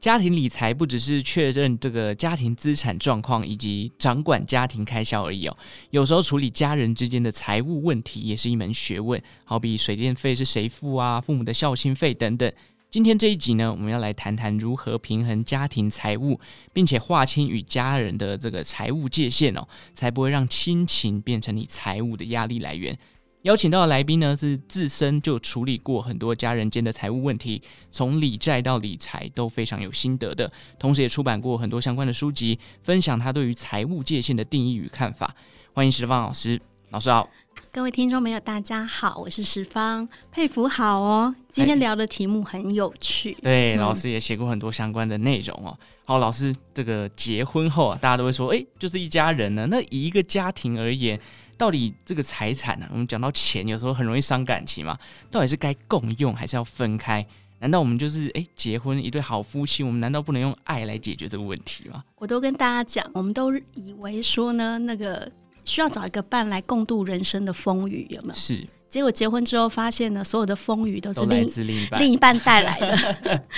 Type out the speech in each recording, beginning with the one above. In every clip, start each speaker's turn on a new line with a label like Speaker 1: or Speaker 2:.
Speaker 1: 家庭理财不只是确认这个家庭资产状况以及掌管家庭开销而已哦，有时候处理家人之间的财务问题也是一门学问，好比水电费是谁付啊，父母的孝心费等等。今天这一集呢，我们要来谈谈如何平衡家庭财务，并且划清与家人的这个财务界限哦，才不会让亲情变成你财务的压力来源。邀请到的来宾呢，是自身就处理过很多家人间的财务问题，从理债到理财都非常有心得的，同时也出版过很多相关的书籍，分享他对于财务界限的定义与看法。欢迎石方老师，老师好。
Speaker 2: 各位听众朋友，大家好，我是十方，佩服好哦。今
Speaker 1: 哎
Speaker 2: 天聊的题目很有趣，
Speaker 1: 对，老师也写过很多相关的内容哦。好，老师，这个结婚后啊，大家都会说，诶，就是一家人呢。那以一个家庭而言，到底这个财产啊呢、我们讲到钱，有时候很容易伤感情嘛，到底是该共用还是要分开？难道我们就是诶，结婚一对好夫妻，我们难道不能用爱来解决这个问题吗？
Speaker 2: 我都跟大家讲，我们都以为说呢，那个需要找一个伴来共度人生的风雨，有没有？
Speaker 1: 是，
Speaker 2: 结果结婚之后发现呢，所有的风雨都是
Speaker 1: 都来
Speaker 2: 另
Speaker 1: 自另一半
Speaker 2: 另。一半带来的。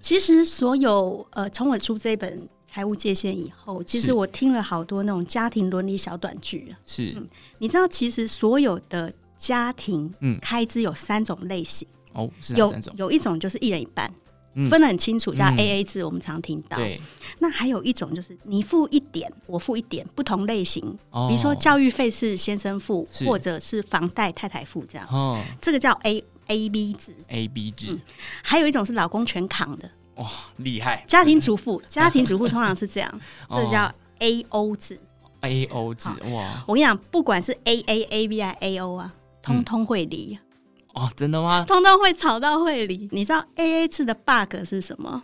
Speaker 2: 其实所有呃，从我出这本《财务界限》以后，其
Speaker 1: 是
Speaker 2: 实我听了好多那种家庭伦理小短剧。啊
Speaker 1: 是，
Speaker 2: 你知道，其实所有的家庭
Speaker 1: 嗯
Speaker 2: 开支有三种类型，
Speaker 1: 哦，是哪
Speaker 2: 有
Speaker 1: 三种？
Speaker 2: 有一种就是一人一半，
Speaker 1: 嗯
Speaker 2: 分得很清楚，叫
Speaker 1: 嗯
Speaker 2: A A 制，我们常听到。
Speaker 1: 对，
Speaker 2: 那还有一种就是你付一点，我付一点，不同类型，
Speaker 1: 哦
Speaker 2: 比如说教育费是先生付
Speaker 1: 是，
Speaker 2: 或者是房贷太太付这样，
Speaker 1: 哦
Speaker 2: 这个叫 A A B 制。
Speaker 1: A B 制，
Speaker 2: 还有一种是老公全扛的，
Speaker 1: 哇，厉害！
Speaker 2: 家庭 主妇，家庭主妇通常是这样，
Speaker 1: 哦
Speaker 2: 这叫 A O 制。
Speaker 1: A O 制，哇，
Speaker 2: 我跟你讲，不管是 A A A B 还 A O 啊，通通会离。
Speaker 1: 哦，真的吗？
Speaker 2: 通通会吵到会离。你知道 A A 制的 bug 是什么？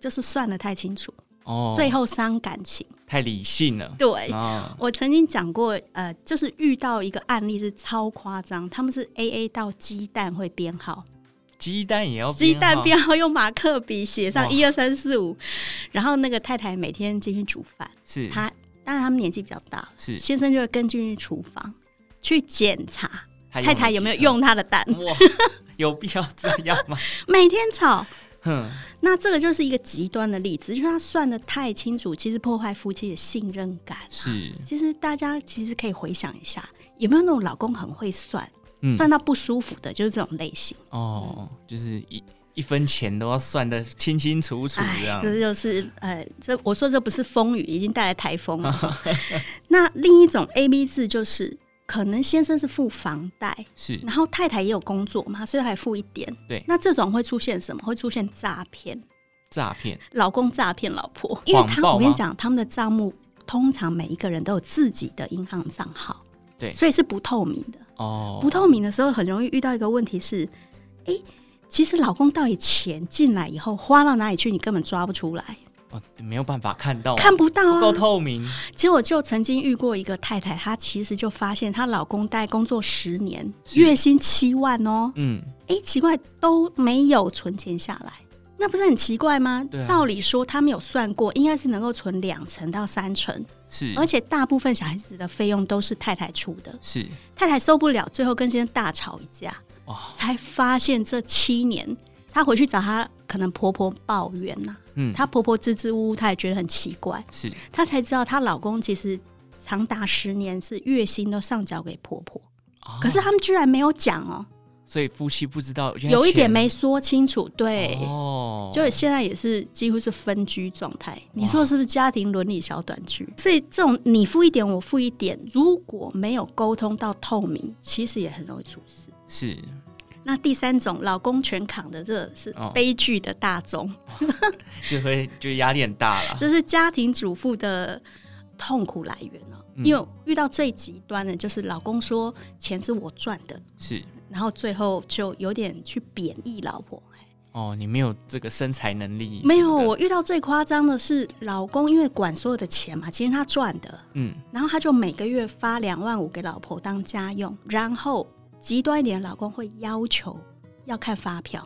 Speaker 2: 就是算的太清楚，
Speaker 1: 哦，
Speaker 2: 最后伤感情。
Speaker 1: 太理性了。
Speaker 2: 对，
Speaker 1: 啊，
Speaker 2: 我曾经讲过，呃，就是遇到一个案例是超夸张，他们是 A A 到鸡蛋会编号，
Speaker 1: 鸡蛋也要
Speaker 2: 鸡
Speaker 1: 编
Speaker 2: 蛋
Speaker 1: 号
Speaker 2: 编号用马克笔写
Speaker 1: 哇
Speaker 2: 上一二三四五，然后那个太太每天进去煮饭，
Speaker 1: 是
Speaker 2: 她当然他们年纪比较大，
Speaker 1: 是
Speaker 2: 先生就会跟进去厨房去检查
Speaker 1: 他用
Speaker 2: 太
Speaker 1: 了
Speaker 2: 太有
Speaker 1: 几
Speaker 2: 没有
Speaker 1: 个？嗯
Speaker 2: 用她的蛋，
Speaker 1: 哇， 有必要这样吗？
Speaker 2: 每天吵。
Speaker 1: 哼，
Speaker 2: 那这个就是一个极端的例子，就是他算的太清楚，其实破坏夫妻的信任感。
Speaker 1: 是
Speaker 2: 其实大家其实可以回想一下，有没有那种老公很会算，
Speaker 1: 嗯
Speaker 2: 算到不舒服的，就是这种类型。
Speaker 1: 哦，就是一一分钱都要算得清清楚楚这样。
Speaker 2: 哎这就是呃，这我说这不是风雨，已经带来台 风了。那另一种 A B 制就是，可能先生是付房贷，
Speaker 1: 是
Speaker 2: 然后太太也有工作嘛，所以还付一点。
Speaker 1: 嗯对
Speaker 2: 那这种会出现什么？会出现诈骗。
Speaker 1: 诈骗
Speaker 2: 老公诈骗老婆，因为
Speaker 1: 谎报吗
Speaker 2: 他我跟你讲，他们的账目通常每一个人都有自己的银行账号，
Speaker 1: 对
Speaker 2: 所以是不透明的。
Speaker 1: 哦，
Speaker 2: 不透明的时候，很容易遇到一个问题是，哎、其实老公到底钱进来以后花到哪里去，你根本抓不出来，
Speaker 1: 哦，没有办法看到啊，
Speaker 2: 看不到
Speaker 1: 不够
Speaker 2: 啊。
Speaker 1: 透明
Speaker 2: 结果就曾经遇过一个太太，她其实就发现她老公大概工作十年，
Speaker 1: 是
Speaker 2: 月薪七万哦、
Speaker 1: 嗯，
Speaker 2: 哎、奇怪，都没有存钱下来，那不是很奇怪吗？
Speaker 1: 对啊
Speaker 2: 照理说他没有算过，应该是能够存两成到三成，
Speaker 1: 是
Speaker 2: 而且大部分小孩子的费用都是太太出的，
Speaker 1: 是
Speaker 2: 太太受不了，最后跟先生大吵一架，
Speaker 1: 哇，
Speaker 2: 才发现这七年。她回去找她可能婆婆抱怨呐、
Speaker 1: 嗯，
Speaker 2: 她婆婆支支吾吾，她也觉得很奇怪，
Speaker 1: 是
Speaker 2: 她才知道她老公其实长达十年是月薪都上缴给婆婆，
Speaker 1: 哦
Speaker 2: 可是他们居然没有讲哦、
Speaker 1: 所以夫妻不知道，原来
Speaker 2: 有一点
Speaker 1: 钱
Speaker 2: 没说清楚，对，
Speaker 1: 哦，
Speaker 2: 就是现在也是几乎是分居状态。你说是不是家庭伦理小短剧？所以这种你付一点，我付一点，如果没有沟通到透明，其实也很容易出事。
Speaker 1: 是
Speaker 2: 那第三种，老公全扛的，这是
Speaker 1: 哦
Speaker 2: 悲剧的大宗，
Speaker 1: 就会就压力很大了，
Speaker 2: 这是家庭主妇的痛苦来源哦。因为遇到最极端的就是老公说钱是我赚的，
Speaker 1: 是
Speaker 2: 然后最后就有点去贬义老婆。
Speaker 1: 哦，你没有这个身材能力什么的，
Speaker 2: 没有，我遇到最夸张的是老公，因为管所有的钱嘛，其实他赚的，
Speaker 1: 嗯
Speaker 2: 然后他就每个月发两万五给老婆当家用，然后极端一点，老公会要求要看发票，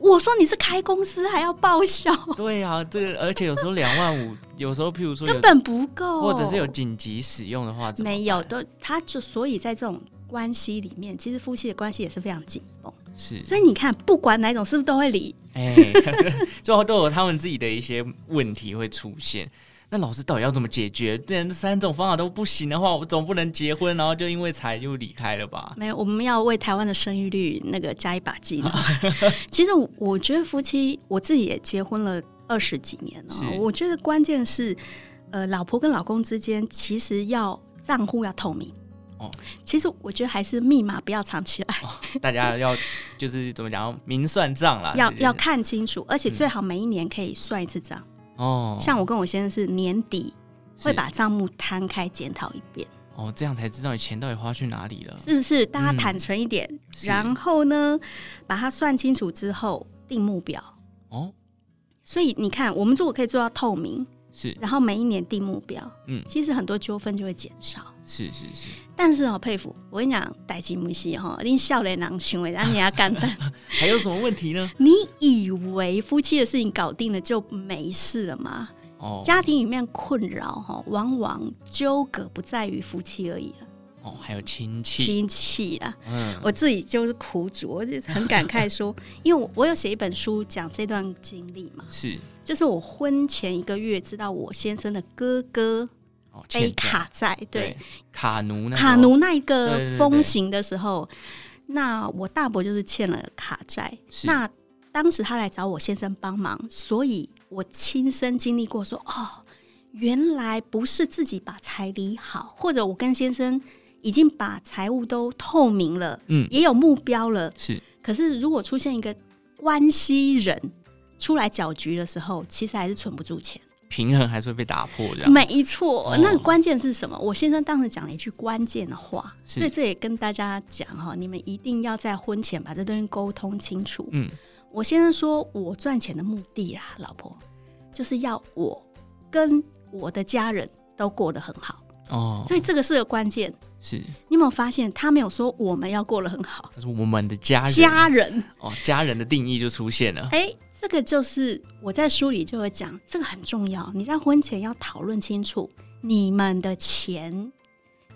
Speaker 2: 我说你是开公司还要报销，
Speaker 1: 对啊，这个而且有时候两万五，有时候譬如说有
Speaker 2: 根本不够，
Speaker 1: 或者是有紧急使用的话，怎么
Speaker 2: 没有
Speaker 1: 办
Speaker 2: 都，他就所以在这种关系里面，其实夫妻的关系也是非常紧绷。
Speaker 1: 是，
Speaker 2: 所以你看，不管哪种，是不是都会离？
Speaker 1: 哎， 最后都有他们自己的一些问题会出现。那老师到底要怎么解决？这三种方法都不行的话，我总不能结婚，然后就因为财就离开了 吧？
Speaker 2: 没有，我们要为台湾的生育率那个加一把劲。啊 其实我我觉得夫妻，我自己也结婚了二十几年了、
Speaker 1: 是
Speaker 2: 我觉得关键是，呃，老婆跟老公之间其实要账户要透明。
Speaker 1: 哦
Speaker 2: 其实我觉得还是密码不要藏起来，
Speaker 1: 大家要就是怎么讲，明算账啦，
Speaker 2: 要
Speaker 1: 这件事
Speaker 2: 要看清楚，而且最好每一年可以算一次账。
Speaker 1: 哦，
Speaker 2: 像我跟我先生是年底会
Speaker 1: 是
Speaker 2: 把账目摊开检讨一遍。
Speaker 1: 哦，这样才知道你钱到底花去哪里了。
Speaker 2: 是不是？大
Speaker 1: 嗯
Speaker 2: 家坦诚一点，
Speaker 1: 是
Speaker 2: 然后呢，把它算清楚之后定目标。
Speaker 1: 哦，
Speaker 2: 所以你看，我们如果可以做到透明，
Speaker 1: 是
Speaker 2: 然后每一年定目标，
Speaker 1: 嗯
Speaker 2: 其实很多纠纷就会减少。
Speaker 1: 是是是，
Speaker 2: 但是哦，佩服我跟你讲，逮鸡母西哈，令笑脸郎行为，让你要干 蛋。
Speaker 1: 还有什么问题呢？
Speaker 2: 你以为夫妻的事情搞定了就没事了吗？
Speaker 1: 哦
Speaker 2: 家庭里面困扰哈，往往纠葛不在于夫妻而已了，
Speaker 1: 哦，还有亲戚，
Speaker 2: 亲戚啦，
Speaker 1: 嗯，
Speaker 2: 我自己就是苦主，我就是 很感慨说，因为我我有写一本书讲这段经历嘛，
Speaker 1: 是
Speaker 2: 就是我婚前一个月知道我先生的哥哥
Speaker 1: 哦，欠
Speaker 2: 被
Speaker 1: 债
Speaker 2: 卡债，对
Speaker 1: 对卡奴那
Speaker 2: 卡
Speaker 1: 种
Speaker 2: 奴那一
Speaker 1: 对对对
Speaker 2: 个风行的时候，那我大伯就是欠了卡债，
Speaker 1: 是
Speaker 2: 那当时他来找我先生帮忙，所以我亲身经历过说哦，原来不是自己把财理好，或者我跟先生已经把财务都透明了，
Speaker 1: 嗯
Speaker 2: 也有目标了。
Speaker 1: 是
Speaker 2: 可是如果出现一个关系人出来搅局的时候，其实还是存不住钱。
Speaker 1: 平衡还是会被打破这样，
Speaker 2: 没错
Speaker 1: 哦，
Speaker 2: 那关键是什么？我先生当时讲了一句关键的话，
Speaker 1: 是
Speaker 2: 所以这也跟大家讲哈，你们一定要在婚前把这东西沟通清楚。
Speaker 1: 嗯，
Speaker 2: 我先生说我赚钱的目的啦，老婆就是要我跟我的家人都过得很好，
Speaker 1: 哦，
Speaker 2: 所以这个是个关键。
Speaker 1: 是，
Speaker 2: 你有没有发现他没有说我们要过得很好？
Speaker 1: 但是我们的家人
Speaker 2: 家人
Speaker 1: 哦，家人的定义就出现了，
Speaker 2: 哎，这个就是我在书里就会讲，这个很重要。你在婚前要讨论清楚，你们的钱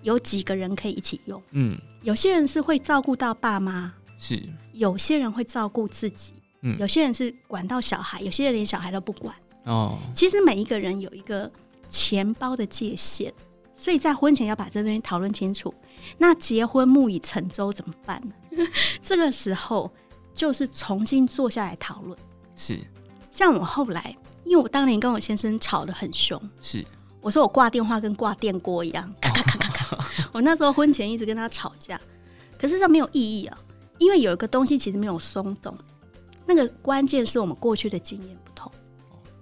Speaker 2: 有几个人可以一起用。
Speaker 1: 嗯，
Speaker 2: 有些人是会照顾到爸妈，
Speaker 1: 是
Speaker 2: 有些人会照顾自己，
Speaker 1: 嗯
Speaker 2: 有些人是管到小孩，有些人连小孩都不管。
Speaker 1: 哦，
Speaker 2: 其实每一个人有一个钱包的界限，所以在婚前要把这东西讨论清楚。那结婚木已成舟怎么办呢？ 这个时候就是重新坐下来讨论。
Speaker 1: 是
Speaker 2: 像我后来，因为我当年跟我先生吵得很凶，
Speaker 1: 是
Speaker 2: 我说我挂电话跟挂电锅一样，咔咔咔咔咔。我那时候婚前一直跟他吵架，可是这没有意义啊，因为有一个东西其实没有松动，那个关键是我们过去的经验不同，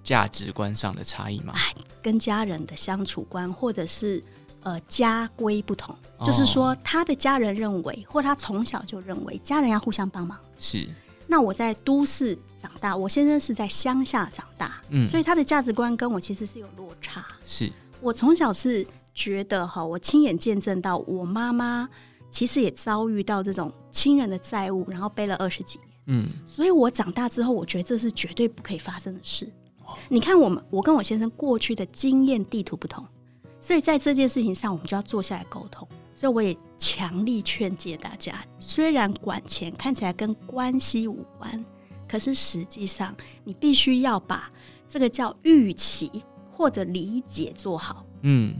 Speaker 1: 价值观上的差异嘛，
Speaker 2: 跟家人的相处观或者是呃家规不同，
Speaker 1: 哦
Speaker 2: 就是说他的家人认为，或他从小就认为家人要互相帮忙。
Speaker 1: 是
Speaker 2: 那我在都市长大，我先生是在乡下长大，
Speaker 1: 嗯
Speaker 2: 所以他的价值观跟我其实是有落差。
Speaker 1: 是
Speaker 2: 我从小是觉得哈，我亲眼见证到我妈妈其实也遭遇到这种亲人的债务，然后背了二十几年，
Speaker 1: 嗯
Speaker 2: 所以我长大之后，我觉得这是绝对不可以发生的事。你看，我们我跟我先生过去的经验地图不同，所以在这件事情上，我们就要坐下来沟通。所以我也强力劝诫大家，虽然管钱看起来跟关系无关，可是实际上你必须要把这个叫预期或者理解做好。
Speaker 1: 嗯，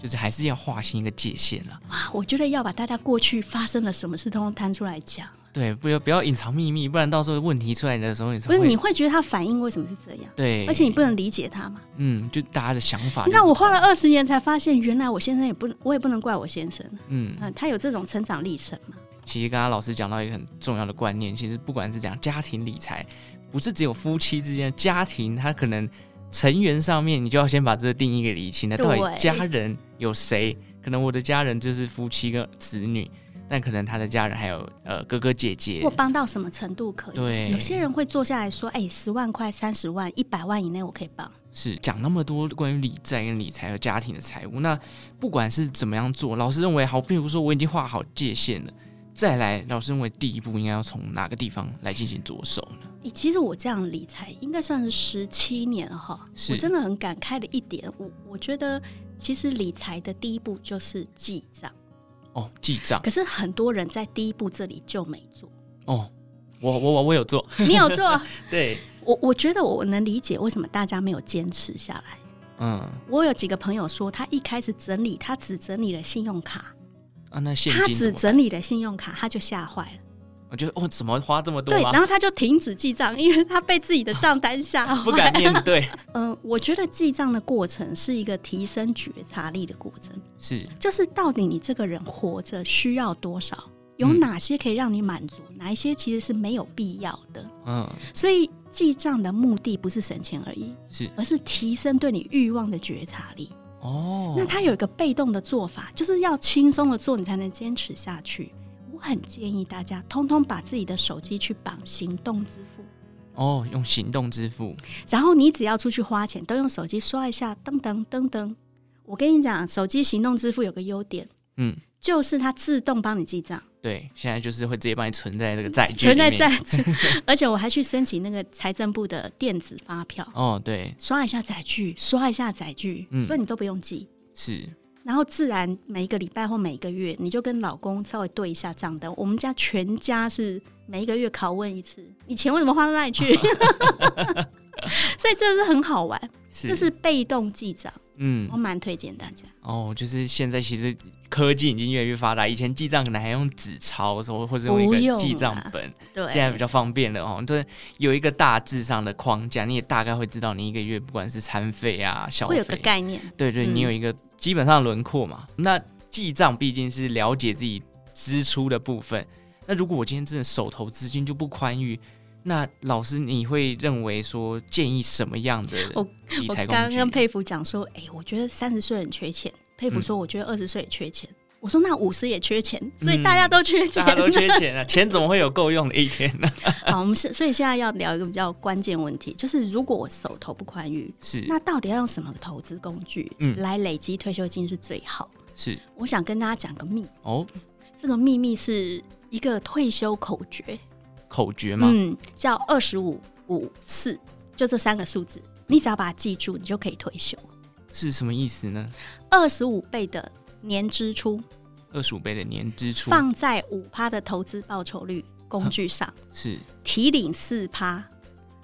Speaker 1: 就是还是要划清一个界限啦，
Speaker 2: 啊，我觉得要把大家过去发生了什么事，通通摊出来讲，
Speaker 1: 对，不要不要隐藏秘密，不然到时候问题出来的时候，你才
Speaker 2: 不是
Speaker 1: 会嗯
Speaker 2: 你会觉得他反应为什么是这样，
Speaker 1: 对，
Speaker 2: 而且你不能理解他嘛。
Speaker 1: 嗯，就大家的想法就不同，
Speaker 2: 你看，我花了二十年才发现，原来我先生也不，我也不能怪我先生，
Speaker 1: 嗯
Speaker 2: 嗯、，他有这种成长历程嘛。
Speaker 1: 其实刚刚老师讲到一个很重要的观念，其实不管是讲家庭理财，不是只有夫妻之间的家庭，它可能成员上面你就要先把这个定义给理清了。
Speaker 2: 对
Speaker 1: 到底家人有谁？可能我的家人就是夫妻跟子女，但可能他的家人还有呃哥哥姐姐
Speaker 2: 我。帮到什么程度可以？
Speaker 1: 对
Speaker 2: 有些人会坐下来说，哎、十万块、三十万、一百万以内我可以帮。
Speaker 1: 是讲那么多关于理财跟理财和家庭的财务，那不管是怎么样做，老师认为好，譬如说我已经画好界限了，再来，老师认为第一步应该要从哪个地方来进行着手呢？
Speaker 2: 诶其实我这样理财应该算是十七年了哈，
Speaker 1: 是
Speaker 2: 我真的很感慨的一点，我我觉得其实理财的第一步就是记账，
Speaker 1: 哦，记账
Speaker 2: 可是很多人在第一步这里就没做，
Speaker 1: 哦，我我我我有做，
Speaker 2: 你有做？
Speaker 1: 对，
Speaker 2: 我我觉得我能理解为什么大家没有坚持下来。
Speaker 1: 嗯
Speaker 2: 我有几个朋友说，他一开始整理，他只整理了信用卡，
Speaker 1: 啊，那现
Speaker 2: 他
Speaker 1: 金
Speaker 2: 只
Speaker 1: 怎么
Speaker 2: 整理了信用卡，他就吓坏了。
Speaker 1: 我觉得哦，怎么花这么多
Speaker 2: 对，
Speaker 1: 啊
Speaker 2: 然？后他就停止记账，因为他被自己的账单吓 坏。
Speaker 1: 不敢面 对，
Speaker 2: 嗯、我觉得记账的过程是一个提升觉察力的过程，
Speaker 1: 是
Speaker 2: 就是到底你这个人活着需要多少，有
Speaker 1: 嗯
Speaker 2: 哪些可以让你满足，哪一些其实是没有必要的。
Speaker 1: 嗯
Speaker 2: 所以记账的目的不是省钱而已，
Speaker 1: 是
Speaker 2: 而是提升对你欲望的觉察力。
Speaker 1: 哦，
Speaker 2: 那它有一个被动的做法，就是要轻松的做，你才能坚持下去。我很建议大家通通把自己的手机去绑行动支付，
Speaker 1: 哦用行动支付
Speaker 2: 然后你只要出去花钱，都用手机刷一下，噔噔噔噔。我跟你讲，手机行动支付有个优点，
Speaker 1: 嗯。
Speaker 2: 就是它自动帮你记账，
Speaker 1: 对，现在就是会直接帮你存在这个债券
Speaker 2: 嗯存
Speaker 1: 里
Speaker 2: 在
Speaker 1: 面。
Speaker 2: 在，而且我还去申请那个财政部的电子发票，
Speaker 1: 哦，对，
Speaker 2: 刷一下载具，刷一下载具，
Speaker 1: 嗯
Speaker 2: 所以你都不用记。
Speaker 1: 是
Speaker 2: 然后自然每一个礼拜或每一个月，你就跟老公稍微对一下账单。我们家全家是每一个月拷问一次， 你钱为什么花到那里去？所以这是很好玩，
Speaker 1: 是，
Speaker 2: 这是被动记账，
Speaker 1: 嗯
Speaker 2: 我蛮推荐大家。
Speaker 1: 哦，就是现在其实科技已经越来越发达，以前记账可能还用纸钞，或或者用
Speaker 2: 不
Speaker 1: 一个
Speaker 2: 用
Speaker 1: 记账
Speaker 2: 啦
Speaker 1: 本，
Speaker 2: 对，
Speaker 1: 现在比较方便了哦。这有一个大致上的框架，你也大概会知道你一个月不管是餐费啊、消
Speaker 2: 会有个
Speaker 1: 费，
Speaker 2: 概念。
Speaker 1: 对对，
Speaker 2: 嗯
Speaker 1: 你有一个基本上的轮廓嘛。那记账毕竟是了解自己支出的部分。那如果我今天真的手头资金就不宽裕，那老师你会认为说建议什么样的
Speaker 2: 我
Speaker 1: 理
Speaker 2: 我
Speaker 1: 财工
Speaker 2: 刚刚
Speaker 1: 具？
Speaker 2: 跟佩服讲说，哎、我觉得三十岁很缺钱。佩服
Speaker 1: 嗯
Speaker 2: 说，我觉得二十岁也缺钱。我说那五十也缺钱，所以大家都缺钱。
Speaker 1: 大家都缺钱啊，钱怎么会有够用的一天呢？
Speaker 2: 好，我们是所以现在要聊一个比较关键问题，就是如果我手头不宽裕，
Speaker 1: 是
Speaker 2: 那到底要用什么投资工具，
Speaker 1: 嗯
Speaker 2: 来累积退休金是最好？
Speaker 1: 是
Speaker 2: 我想跟大家讲个秘，
Speaker 1: 哦，
Speaker 2: 这个秘密是一个退休口诀，
Speaker 1: 口诀嘛，
Speaker 2: 嗯，叫二十五五四，就这三个数字，你只要把它记住，你就可以退休。
Speaker 1: 是什么意思呢？
Speaker 2: 二十五倍的年支出
Speaker 1: 二十五倍的年支出
Speaker 2: 放在五趴的投资报酬率工具上，
Speaker 1: 是
Speaker 2: 提领四趴，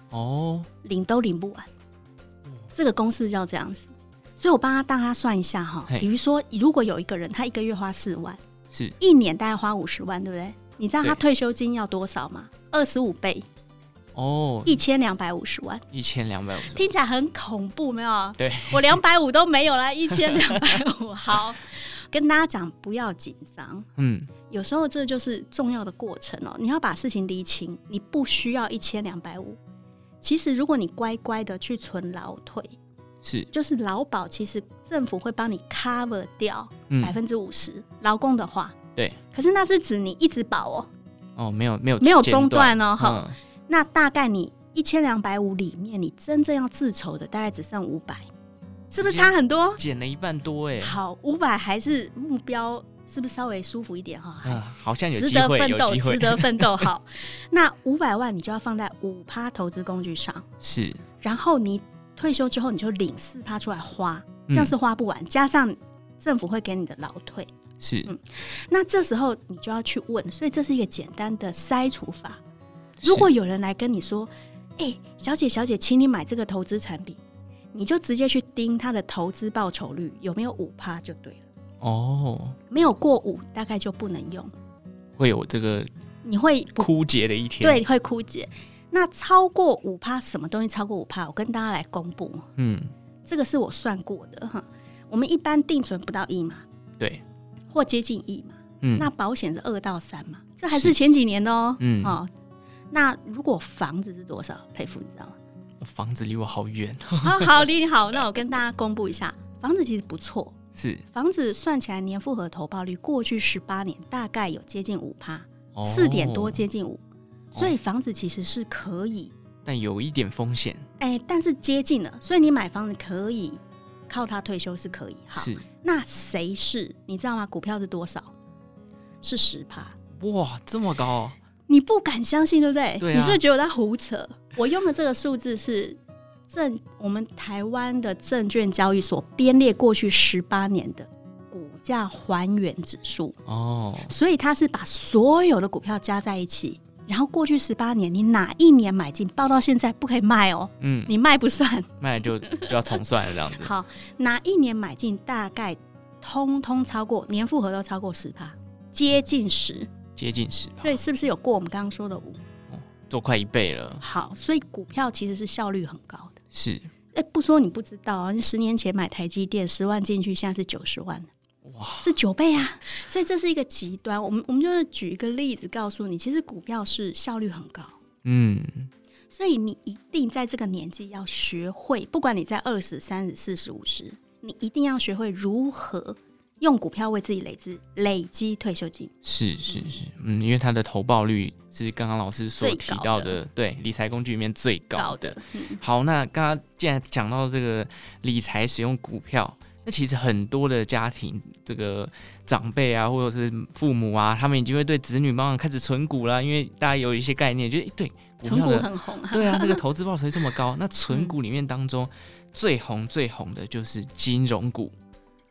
Speaker 1: 哦，
Speaker 2: 领都领不完。
Speaker 1: 嗯
Speaker 2: 这个公式要这样子，所以我帮他大家算一下哈，
Speaker 1: 嘿
Speaker 2: 比如说如果有一个人他一个月花四万。
Speaker 1: 是
Speaker 2: 一年大概花五十万，对不对？你知道他
Speaker 1: 对
Speaker 2: 退休金要多少吗？二十五倍，
Speaker 1: 哦，
Speaker 2: 一千两百五十万，
Speaker 1: 一千两百五十，
Speaker 2: 听起来很恐怖，没有？
Speaker 1: 对，
Speaker 2: 我两百五都没 有了，一千两百五。好，跟大家讲，不要紧张，
Speaker 1: 嗯，
Speaker 2: 有时候这就是重要的过程哦。你要把事情理清，你不需要一千两百五。其实，如果你乖乖的去存劳退，
Speaker 1: 是
Speaker 2: 就是劳保，其实政府会帮你 cover 掉
Speaker 1: 嗯
Speaker 2: 百分之五十。劳工的话，
Speaker 1: 对，
Speaker 2: 可是那是指你一直保哦，
Speaker 1: 哦，没有没有
Speaker 2: 没有
Speaker 1: 间
Speaker 2: 中断
Speaker 1: 断
Speaker 2: 哦哈
Speaker 1: 嗯
Speaker 2: 那大概你一千两百五里面，你真正要自筹的大概只剩五百，是不是差很多？
Speaker 1: 减了一半多哎，
Speaker 2: 好，五百还是目标，是不是稍微舒服一点哈？哎
Speaker 1: 嗯，好像有
Speaker 2: 值
Speaker 1: 机
Speaker 2: 得
Speaker 1: 会，
Speaker 2: 奋
Speaker 1: 有
Speaker 2: 斗，
Speaker 1: 机
Speaker 2: 值
Speaker 1: 会，
Speaker 2: 得奋斗。好，那五百万你就要放在五趴投资工具上，
Speaker 1: 是
Speaker 2: 然后你退休之后你就领四趴出来花，
Speaker 1: 嗯
Speaker 2: 这样是花不完，加上政府会给你的劳退。嗯
Speaker 1: 是
Speaker 2: 那这时候你就要去问，所以这是一个简单的筛除法。如果
Speaker 1: 是
Speaker 2: 有人来跟你说：“哎、小姐，小姐，请你买这个投资产品”，你就直接去盯它的投资报酬率有没有五趴就对了。
Speaker 1: 哦，
Speaker 2: 没有过五，大概就不能用，
Speaker 1: 会有这个
Speaker 2: 你会不
Speaker 1: 枯竭的一天，
Speaker 2: 对，会枯竭。那超过五趴，什么东西超过五趴？我跟大家来公布，
Speaker 1: 嗯，
Speaker 2: 这个是我算过的哈。我们一般定存不到一嘛，
Speaker 1: 对，
Speaker 2: 或接近一嘛，
Speaker 1: 嗯，
Speaker 2: 那保险是二到三嘛，这还是
Speaker 1: 是
Speaker 2: 前几年的哦。
Speaker 1: 嗯
Speaker 2: 哦，那如果房子是多少？佩服，你知道吗？
Speaker 1: 房子离我好远，
Speaker 2: 好好，李好，那我跟大家公布一下，房子其实不错，
Speaker 1: 是
Speaker 2: 房子算起来年复合投报率过去十八年大概有接近五趴，
Speaker 1: 哦
Speaker 2: 四点多接近五，所以房子其实是可以，
Speaker 1: 但有一点风险，
Speaker 2: 哎、但是接近了，所以你买房子可以靠它退休是可以。好，
Speaker 1: 是
Speaker 2: 那谁是你知道吗？股票是多少？是十趴。
Speaker 1: 哇，这么高哦，
Speaker 2: 你不敢相信，对不对？
Speaker 1: 对啊
Speaker 2: 你是不是觉得我在胡扯？我用的这个数字是证我们台湾的证券交易所编列过去十八年的股价还原指数，
Speaker 1: 哦，
Speaker 2: 所以它是把所有的股票加在一起，然后过去十八年你哪一年买进，报到现在不可以卖哦，
Speaker 1: 嗯，
Speaker 2: 你卖 不算。
Speaker 1: 卖了就就要重算了这样子。
Speaker 2: 好，哪一年买进大概通通超过年复合都超过十趴，接近十，
Speaker 1: 接近十吧
Speaker 2: 所，以是不是有过我们刚刚说的五？
Speaker 1: 做快一倍了，
Speaker 2: 好，所以股票其实是效率很高的。
Speaker 1: 是
Speaker 2: 哎、不说你不知道啊，你十年前买台积电十万进去，现在是九十万，
Speaker 1: 哇，
Speaker 2: 是九倍啊！所以这是一个极端。我们我们就是举一个例子告诉你，其实股票是效率很高，
Speaker 1: 嗯，
Speaker 2: 所以你一定在这个年纪要学会，不管你在二十三十、四十、五十，你一定要学会如何用股票为自己累积累积退休金。
Speaker 1: 是是是，嗯，因为它的投报率是刚刚老师所
Speaker 2: 最
Speaker 1: 提
Speaker 2: 高
Speaker 1: 到
Speaker 2: 的
Speaker 1: 的，对，理财工具里面最高的。
Speaker 2: 的，嗯，
Speaker 1: 好，那刚刚既然讲到这个理财使用股票，那其实很多的家庭，这个长辈啊，或者是父母啊，他们已经会对子女帮忙开始存股啦，因为大家有一些概念，就是诶对股
Speaker 2: 存
Speaker 1: 票
Speaker 2: 股
Speaker 1: 的，
Speaker 2: 很红 啊。
Speaker 1: 对啊，那个投资报酬率这么高，那存股里面当中最红最红的就是金融股，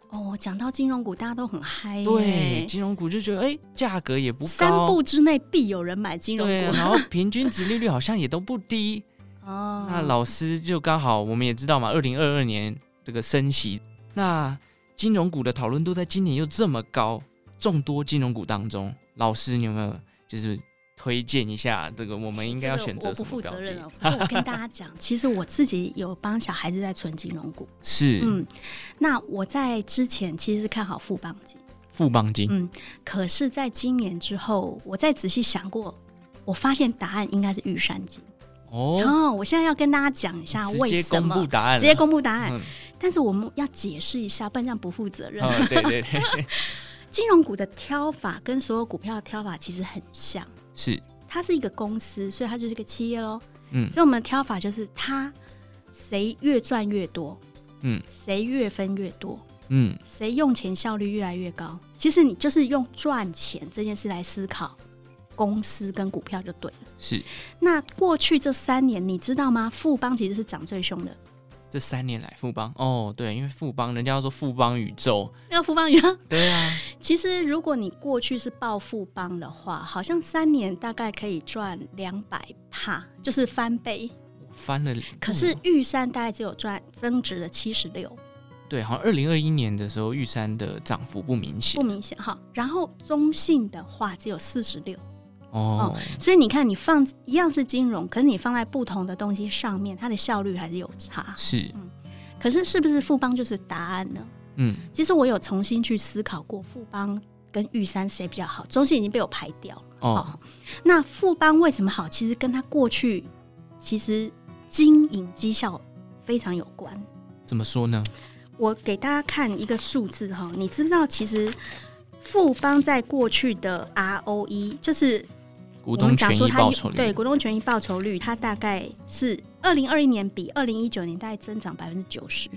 Speaker 2: 哦，讲到金融股，大家都很嗨耶、
Speaker 1: 对，金融股就觉得哎，价格也不高，
Speaker 2: 嗯三步之内必有人买金融
Speaker 1: 对，
Speaker 2: 股。
Speaker 1: 然后平均值利率好像也都不 低，
Speaker 2: 哦
Speaker 1: 那老师就刚好我们也知道嘛，二零二二年这个升息，那金融股的讨论度在今年又这么高，众多金融股当中，老师你有没有就是推荐一下这个我们应该要选择什
Speaker 2: 这个我不
Speaker 1: 么
Speaker 2: 负
Speaker 1: 标
Speaker 2: 责
Speaker 1: 的？
Speaker 2: 任哦。不过我跟大家讲，其实我自己有帮小孩子在存金融股。
Speaker 1: 是、
Speaker 2: 嗯，那我在之前其实是看好富邦金，
Speaker 1: 富邦金，
Speaker 2: 嗯，可是在今年之后，我再仔细想过，我发现答案应该是玉山金。
Speaker 1: 哦，
Speaker 2: 哦，我现在要跟大家讲一下
Speaker 1: 直
Speaker 2: 为
Speaker 1: 接
Speaker 2: 什
Speaker 1: 公布
Speaker 2: 么。
Speaker 1: 答案了，
Speaker 2: 直接公布答案，
Speaker 1: 嗯，
Speaker 2: 但是我们要解释一下，不然这样不负责任。
Speaker 1: 嗯，对对对，
Speaker 2: 金融股的挑法跟所有股票的挑法其实很像。
Speaker 1: 是，
Speaker 2: 它是一个公司，所以它就是一个企业喽。
Speaker 1: 嗯
Speaker 2: 所以我们的挑法就是它谁越赚越多，
Speaker 1: 嗯，
Speaker 2: 谁越分越多，
Speaker 1: 嗯，
Speaker 2: 谁用钱效率越来越高。其实你就是用赚钱这件事来思考公司跟股票就对了。
Speaker 1: 是，
Speaker 2: 那过去这三年，你知道吗？富邦其实是涨最凶的。
Speaker 1: 这三年来富邦，哦，对，因为富邦人家要说富邦宇宙，
Speaker 2: 那富邦原，
Speaker 1: 对啊，
Speaker 2: 其实如果你过去是报富邦的话，好像三年大概可以赚两百帕，就是翻倍。
Speaker 1: 翻了，
Speaker 2: 可是
Speaker 1: 嗯
Speaker 2: 玉山大概只有赚增值了七十六，
Speaker 1: 对，好像二零二一年的时候，玉山的涨幅不明显
Speaker 2: 不明显哈。然后中信的话只有四十六，
Speaker 1: 哦
Speaker 2: 所以你看，你放一样是金融，可是你放在不同的东西上面，它的效率还是有差。
Speaker 1: 是，
Speaker 2: 可是是不是富邦就是答案呢？
Speaker 1: 嗯，
Speaker 2: 其实我有重新去思考过，富邦跟玉山谁比较好？中信已经被我排掉了。
Speaker 1: 哦，
Speaker 2: 哦，那富邦为什么好？其实跟它过去其实经营绩效非常有关。
Speaker 1: 怎么说呢？
Speaker 2: 我给大家看一个数字哈，你知不知道其实富邦在过去的 ROE 就是
Speaker 1: 股
Speaker 2: 我们
Speaker 1: 东
Speaker 2: 讲
Speaker 1: 权
Speaker 2: 说
Speaker 1: 益
Speaker 2: 它
Speaker 1: 报酬率，
Speaker 2: 对，股东权益报酬率，它大概是二零二一年比二零一九年大概增长百分之九十，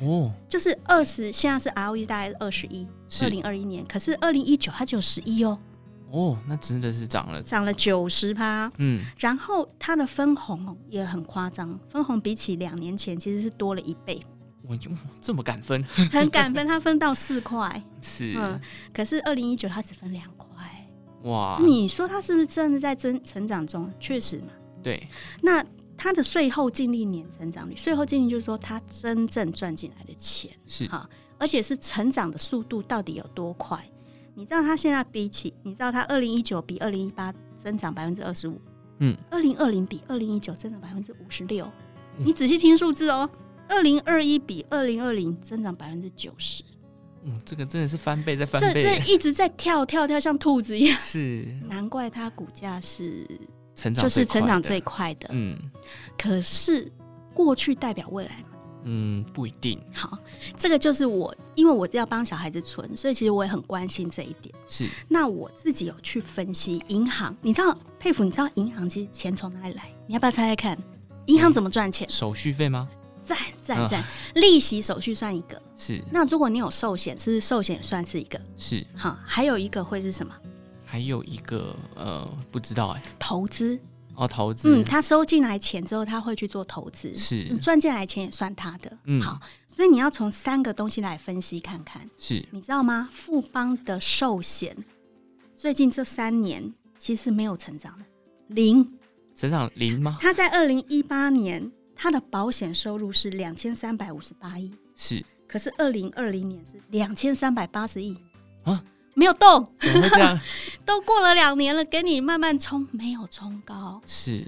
Speaker 1: 哦，
Speaker 2: 就是二十现在是 ROE 大概二十一，
Speaker 1: 是
Speaker 2: 二零二一年，可是二零一九它只有十一哦，
Speaker 1: 哦，那真的是涨了，
Speaker 2: 涨了九十趴。
Speaker 1: 嗯，
Speaker 2: 然后它的分红哦也很夸张，分红比起两年前其实是多了一倍，
Speaker 1: 我用这么敢分，
Speaker 2: 很敢分，它分到四块，
Speaker 1: 是
Speaker 2: 嗯，可是二零一九它只分两块，
Speaker 1: 哇，
Speaker 2: 你说它是不是真的在增成长中？确实嘛。
Speaker 1: 对，
Speaker 2: 那它的税后净利年成长率，税后净利就是说它真正赚进来的钱，
Speaker 1: 是
Speaker 2: 好而且是成长的速度到底有多快？你知道它现在比起，你知道它二零一九比二零一八增长百分之二十五，
Speaker 1: 嗯，
Speaker 2: 二零二零比二零一九增长百分之五十六，
Speaker 1: 嗯
Speaker 2: 你仔细听数字哦。二零二一比二零二零增长百分之九十，
Speaker 1: 嗯，这个真的是翻倍再翻
Speaker 2: 这这
Speaker 1: 倍，
Speaker 2: 一直在跳跳跳，像兔子一样。
Speaker 1: 是
Speaker 2: 难怪它股价是
Speaker 1: 成长
Speaker 2: 就
Speaker 1: 最
Speaker 2: 是
Speaker 1: 快
Speaker 2: 成长
Speaker 1: 的
Speaker 2: 最，快的，
Speaker 1: 嗯
Speaker 2: 可是过去代表未来嘛。
Speaker 1: 嗯，不一定
Speaker 2: 好，这个就是我，因为我要帮小孩子存，所以其实我也很关心这一点。
Speaker 1: 是，
Speaker 2: 那我自己有去分析银行，你知道佩服，你知道银行其实钱从哪里来？你要不要猜猜看？银
Speaker 1: 嗯
Speaker 2: 行怎么赚钱？
Speaker 1: 手续费吗？
Speaker 2: 赞
Speaker 1: 嗯
Speaker 2: 赞赞！利息、手续算一个。
Speaker 1: 是
Speaker 2: 那如果你有寿险，是不是寿险也算是一个？
Speaker 1: 是，
Speaker 2: 好，还有一个会是什么？
Speaker 1: 还有一个呃，不知道哎、
Speaker 2: 投资，
Speaker 1: 哦，投资，
Speaker 2: 嗯，他收进来钱之后，他会去做投资，
Speaker 1: 是
Speaker 2: 嗯赚进来钱也算他的。
Speaker 1: 嗯
Speaker 2: 好，所以你要从三个东西来分析看看，
Speaker 1: 是
Speaker 2: 你知道吗？富邦的寿险最近这三年其实没有成长的，零。
Speaker 1: 成长零吗？
Speaker 2: 他在二零一八年他的保险收入是两千三百五十八亿，
Speaker 1: 是，
Speaker 2: 可是二零二零年是两千三百八十亿
Speaker 1: 啊，
Speaker 2: 没有动，
Speaker 1: 怎么会这 样？
Speaker 2: 都过了两年了，给你慢慢冲，没有冲高。
Speaker 1: 是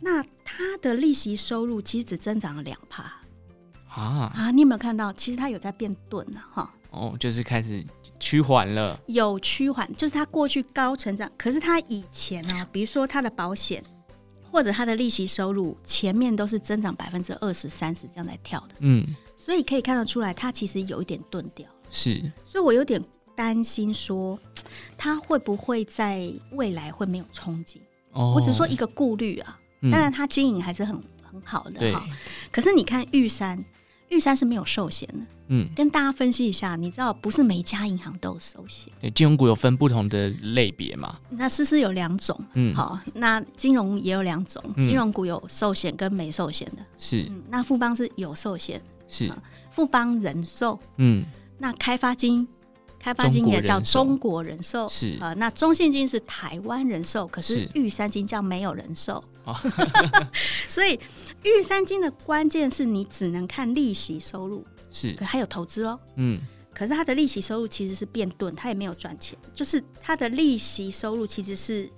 Speaker 2: 那它的利息收入其实只增长了两趴
Speaker 1: 啊，
Speaker 2: 啊！你有没有看到？其实它有在变钝了哈，
Speaker 1: 哦，就是开始趋缓了，
Speaker 2: 有趋缓，就是它过去高成长，可是它以前呢、比如说它的保险或者它的利息收入，前面都是增长百分之二十、三十这样在跳的，
Speaker 1: 嗯，
Speaker 2: 所以可以看得出来，它其实有一点钝掉。
Speaker 1: 是
Speaker 2: 所以我有点担心说，它会不会在未来会没有憧憬？
Speaker 1: 哦，
Speaker 2: 我只说一个顾虑啊，
Speaker 1: 嗯，
Speaker 2: 当然它经营还是很很好的
Speaker 1: 对
Speaker 2: 哈。，可是你看玉山，玉山是没有寿险的。
Speaker 1: 嗯，
Speaker 2: 跟大家分析一下，你知道不是每一家银行都有寿险，
Speaker 1: 对，金融股有分不同的类别嘛，
Speaker 2: 那思思有两种，
Speaker 1: 嗯，，
Speaker 2: 好，那金融也有两种，
Speaker 1: 嗯
Speaker 2: 金融股有寿险跟没寿险的，
Speaker 1: 是
Speaker 2: 嗯，那富邦是有寿险，
Speaker 1: 是，
Speaker 2: 富邦人寿，
Speaker 1: 嗯，
Speaker 2: 那开发金。开发
Speaker 1: 中
Speaker 2: 金
Speaker 1: 国
Speaker 2: 也叫
Speaker 1: 人寿
Speaker 2: 中国人寿，
Speaker 1: 是
Speaker 2: 啊、那中信金是台湾人寿，可是
Speaker 1: 是
Speaker 2: 玉山金叫没有人寿，
Speaker 1: 哦
Speaker 2: 所以玉山金的关键是你只能看利息收入，
Speaker 1: 是
Speaker 2: 可，还有投资哦。
Speaker 1: 嗯，
Speaker 2: 可是它的利息收入其实是变钝，它也没有赚钱，就是它的利息收入其实是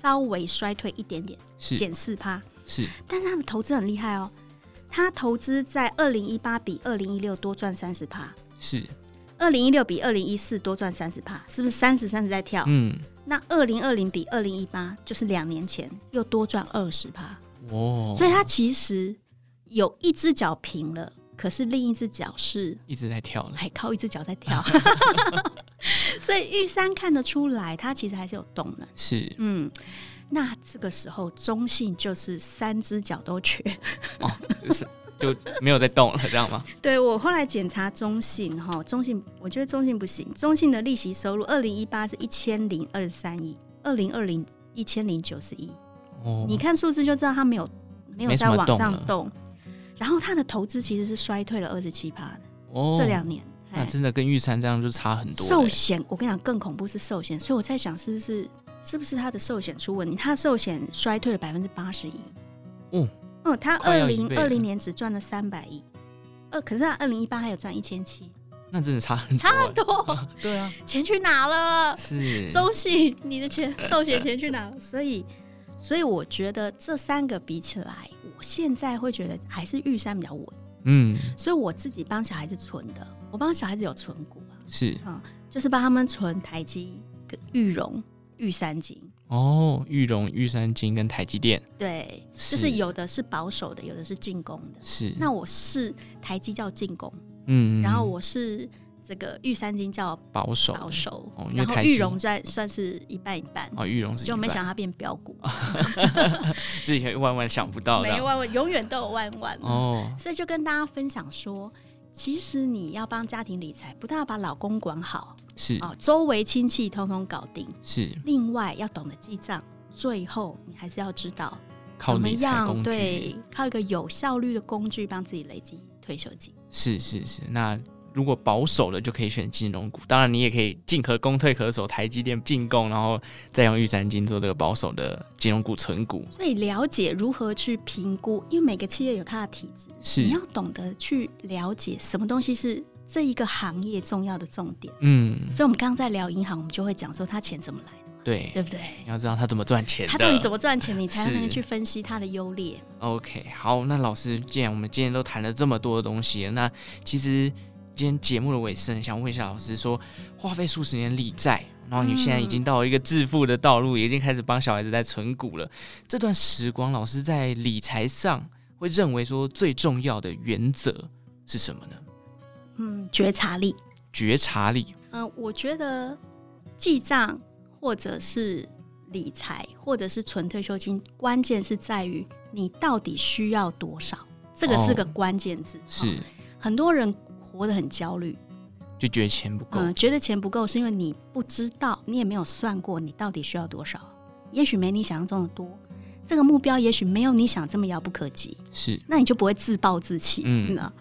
Speaker 2: 稍微衰退一点点，
Speaker 1: 是
Speaker 2: 减四趴。
Speaker 1: 是，
Speaker 2: 但是它的投资很厉害哦，它投资在二零一八比二零一六多赚三十趴，
Speaker 1: 是，
Speaker 2: 二零一六比二零一四多赚三十趴，是不是三十三十在跳？
Speaker 1: 嗯，
Speaker 2: 那二零二零比二零一八就是两年前又多赚二十趴，
Speaker 1: 哦，
Speaker 2: 所以它其实有一只脚平了，可是另一只脚是
Speaker 1: 一直在跳了，
Speaker 2: 还靠一只脚在跳， 所以玉山看得出来，它其实还是有动能。
Speaker 1: 是，
Speaker 2: 嗯，那这个时候中性就是三只脚都瘸。
Speaker 1: 哦，就是就没有在动了，这样吗？
Speaker 2: 对我后来检查中性哈，中性我觉得中性不行，中性的利息收入二零一八是一千零二十三亿，二零二零一千零九十亿，
Speaker 1: 哦，
Speaker 2: 你看数字就知道它没有没有
Speaker 1: 没什
Speaker 2: 在
Speaker 1: 么
Speaker 2: 往
Speaker 1: 动
Speaker 2: 上
Speaker 1: 了
Speaker 2: 动，然后它的投资其实是衰退了二十七趴的，
Speaker 1: 哦，
Speaker 2: 这两年。
Speaker 1: 那
Speaker 2: 哎
Speaker 1: 真的跟玉山这样就差很多嘞，欸
Speaker 2: 寿险，我跟你讲更恐怖是寿险，所以我在想是不是是不是他的寿险出问题？他的寿险衰退了百分之八十一。
Speaker 1: 哦
Speaker 2: 嗯，他
Speaker 1: 快
Speaker 2: 二
Speaker 1: 要一
Speaker 2: 零
Speaker 1: 倍
Speaker 2: 二
Speaker 1: 了
Speaker 2: 零年只赚了三百亿，呃，可是他二零一八还有赚一千七，
Speaker 1: 那真的差很
Speaker 2: 差很
Speaker 1: 多
Speaker 2: 多，
Speaker 1: 欸，对啊，
Speaker 2: 钱去哪 了？
Speaker 1: 是，
Speaker 2: 中信，你的钱寿险钱去哪了？ 所以，所以我觉得这三个比起来，我现在会觉得还是玉山比较稳，
Speaker 1: 嗯，
Speaker 2: 所以我自己帮小孩子存的，我帮小孩子有存股啊。
Speaker 1: 是，
Speaker 2: 就是帮他们存台积、跟玉荣、玉三金。
Speaker 1: 哦，玉龙、玉山金跟台积电
Speaker 2: 对，
Speaker 1: 是
Speaker 2: 就是有的是保守的，有的是进攻的。
Speaker 1: 是，
Speaker 2: 那我是台积叫进攻，
Speaker 1: 嗯，
Speaker 2: 然后我是这个玉三金叫
Speaker 1: 保守
Speaker 2: 保守，
Speaker 1: 哦因为
Speaker 2: 然后
Speaker 1: 台积
Speaker 2: 玉荣算算是一半一半，
Speaker 1: 哦，玉龙是
Speaker 2: 就
Speaker 1: 一
Speaker 2: 没
Speaker 1: 半
Speaker 2: 想到它变标股，
Speaker 1: 自己万万想不到的啊
Speaker 2: 没万万，永远都有万万。
Speaker 1: 哦，
Speaker 2: 所以就跟大家分享说，其实你要帮家庭理财，不但要把老公管好
Speaker 1: 是
Speaker 2: 哦，周围亲戚通通搞定，
Speaker 1: 是
Speaker 2: 另外要懂得记账，最后你还是要知道
Speaker 1: 靠
Speaker 2: 怎么
Speaker 1: 理财
Speaker 2: 样
Speaker 1: 工具
Speaker 2: 对，，靠一个有效率的工具帮自己累积退休金。
Speaker 1: 是是是，那。如果保守的就可以选金融股，当然你也可以进可攻退可守，台积电进攻，然后再用玉山金做这个保守的金融股存股。
Speaker 2: 所以了解如何去评估，因为每个企业有它的体质，
Speaker 1: 是
Speaker 2: 你要懂得去了解什么东西是这一个行业重要的重点。
Speaker 1: 嗯，
Speaker 2: 所以我们刚刚在聊银行，我们就会讲说它钱怎么来的，
Speaker 1: 对，
Speaker 2: 对不对？
Speaker 1: 你要知道他怎么赚钱的，
Speaker 2: 它到底怎么赚钱，你才能
Speaker 1: 是
Speaker 2: 够去分析它的优劣。
Speaker 1: OK，好，那老师，既然我们今天都谈了这么多的东西了，那其实今天节目的尾声，想问一下老师说，花费数十年立债，然后你现在已
Speaker 2: 嗯
Speaker 1: 经到了一个致富的道路，已经开始帮小孩子在存股了。这段时光，老师在理财上会认为说最重要的原则是什么呢？
Speaker 2: 嗯，觉察力。
Speaker 1: 觉察力，
Speaker 2: 嗯，我觉得记账或者是理财，或者是存退休金，关键是在于你到底需要多少，这个是个
Speaker 1: 哦
Speaker 2: 关键字。
Speaker 1: 是
Speaker 2: 哦很多人活得很焦虑，
Speaker 1: 就觉得钱不够。
Speaker 2: 嗯，觉得钱不够是因为你不知道，你也没有算过你到底需要多少，也许没你想象中的多，这个目标也许没有你想这么遥不可及，
Speaker 1: 是，
Speaker 2: 那你就不会自暴自弃。
Speaker 1: 嗯
Speaker 2: 嗯，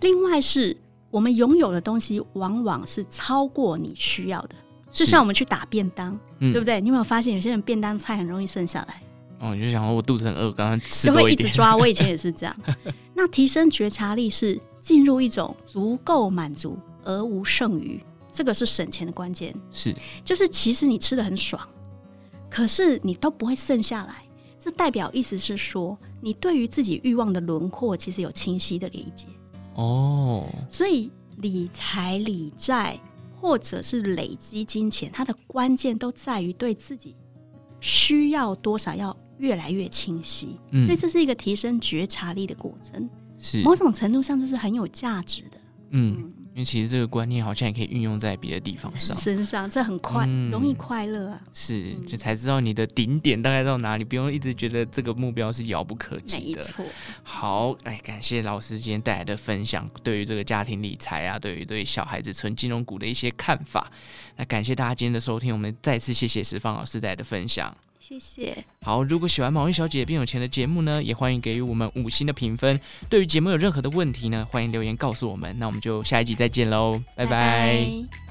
Speaker 2: 另外是我们拥有的东西往往是超过你需要的，就是像我们去打便当，
Speaker 1: 嗯
Speaker 2: 对不对？你有没有发现有些人便当菜很容易剩下来？
Speaker 1: 哦，你就想说我肚子很饿，刚刚吃
Speaker 2: 就
Speaker 1: 多
Speaker 2: 会
Speaker 1: 一
Speaker 2: 一直
Speaker 1: 点。
Speaker 2: 抓。我 以前也是这样。那提升觉察力是进入一种足够满足而无剩余，这个是省钱的关键。
Speaker 1: 是，
Speaker 2: 就是其实你吃的很爽，可是你都不会剩下来。这代表意思是说，你对于自己欲望的轮廓其实有清晰的理解。
Speaker 1: 哦，
Speaker 2: 所以理财、理债或者是累积金钱，它的关键都在于对自己需要多少要越来越清晰。
Speaker 1: 嗯
Speaker 2: 所以这是一个提升觉察力的过程，
Speaker 1: 是，
Speaker 2: 某种程度上这是很有价值的。
Speaker 1: 嗯，因为其实这个观念好像也可以运用在别的地方上。
Speaker 2: 身上这很快，
Speaker 1: 啊嗯
Speaker 2: 容易快乐啊，
Speaker 1: 是，就才知道你的顶点大概到哪里，不用一直觉得这个目标是遥不可及
Speaker 2: 没
Speaker 1: 的。
Speaker 2: 错。
Speaker 1: 好，哎，感谢老师今天带来的分享，对于这个家庭理财啊，对于对小孩子存金融股的一些看法。那感谢大家今天的收听，我们再次谢谢石方老师带来的分享。
Speaker 2: 谢谢，
Speaker 1: 好，如果喜欢毛利小姐变有钱的节目呢，也欢迎给予我们五星的评分。对于节目有任何的问题呢，欢迎留言告诉我们。那我们就下一集再见喽，拜拜
Speaker 2: 拜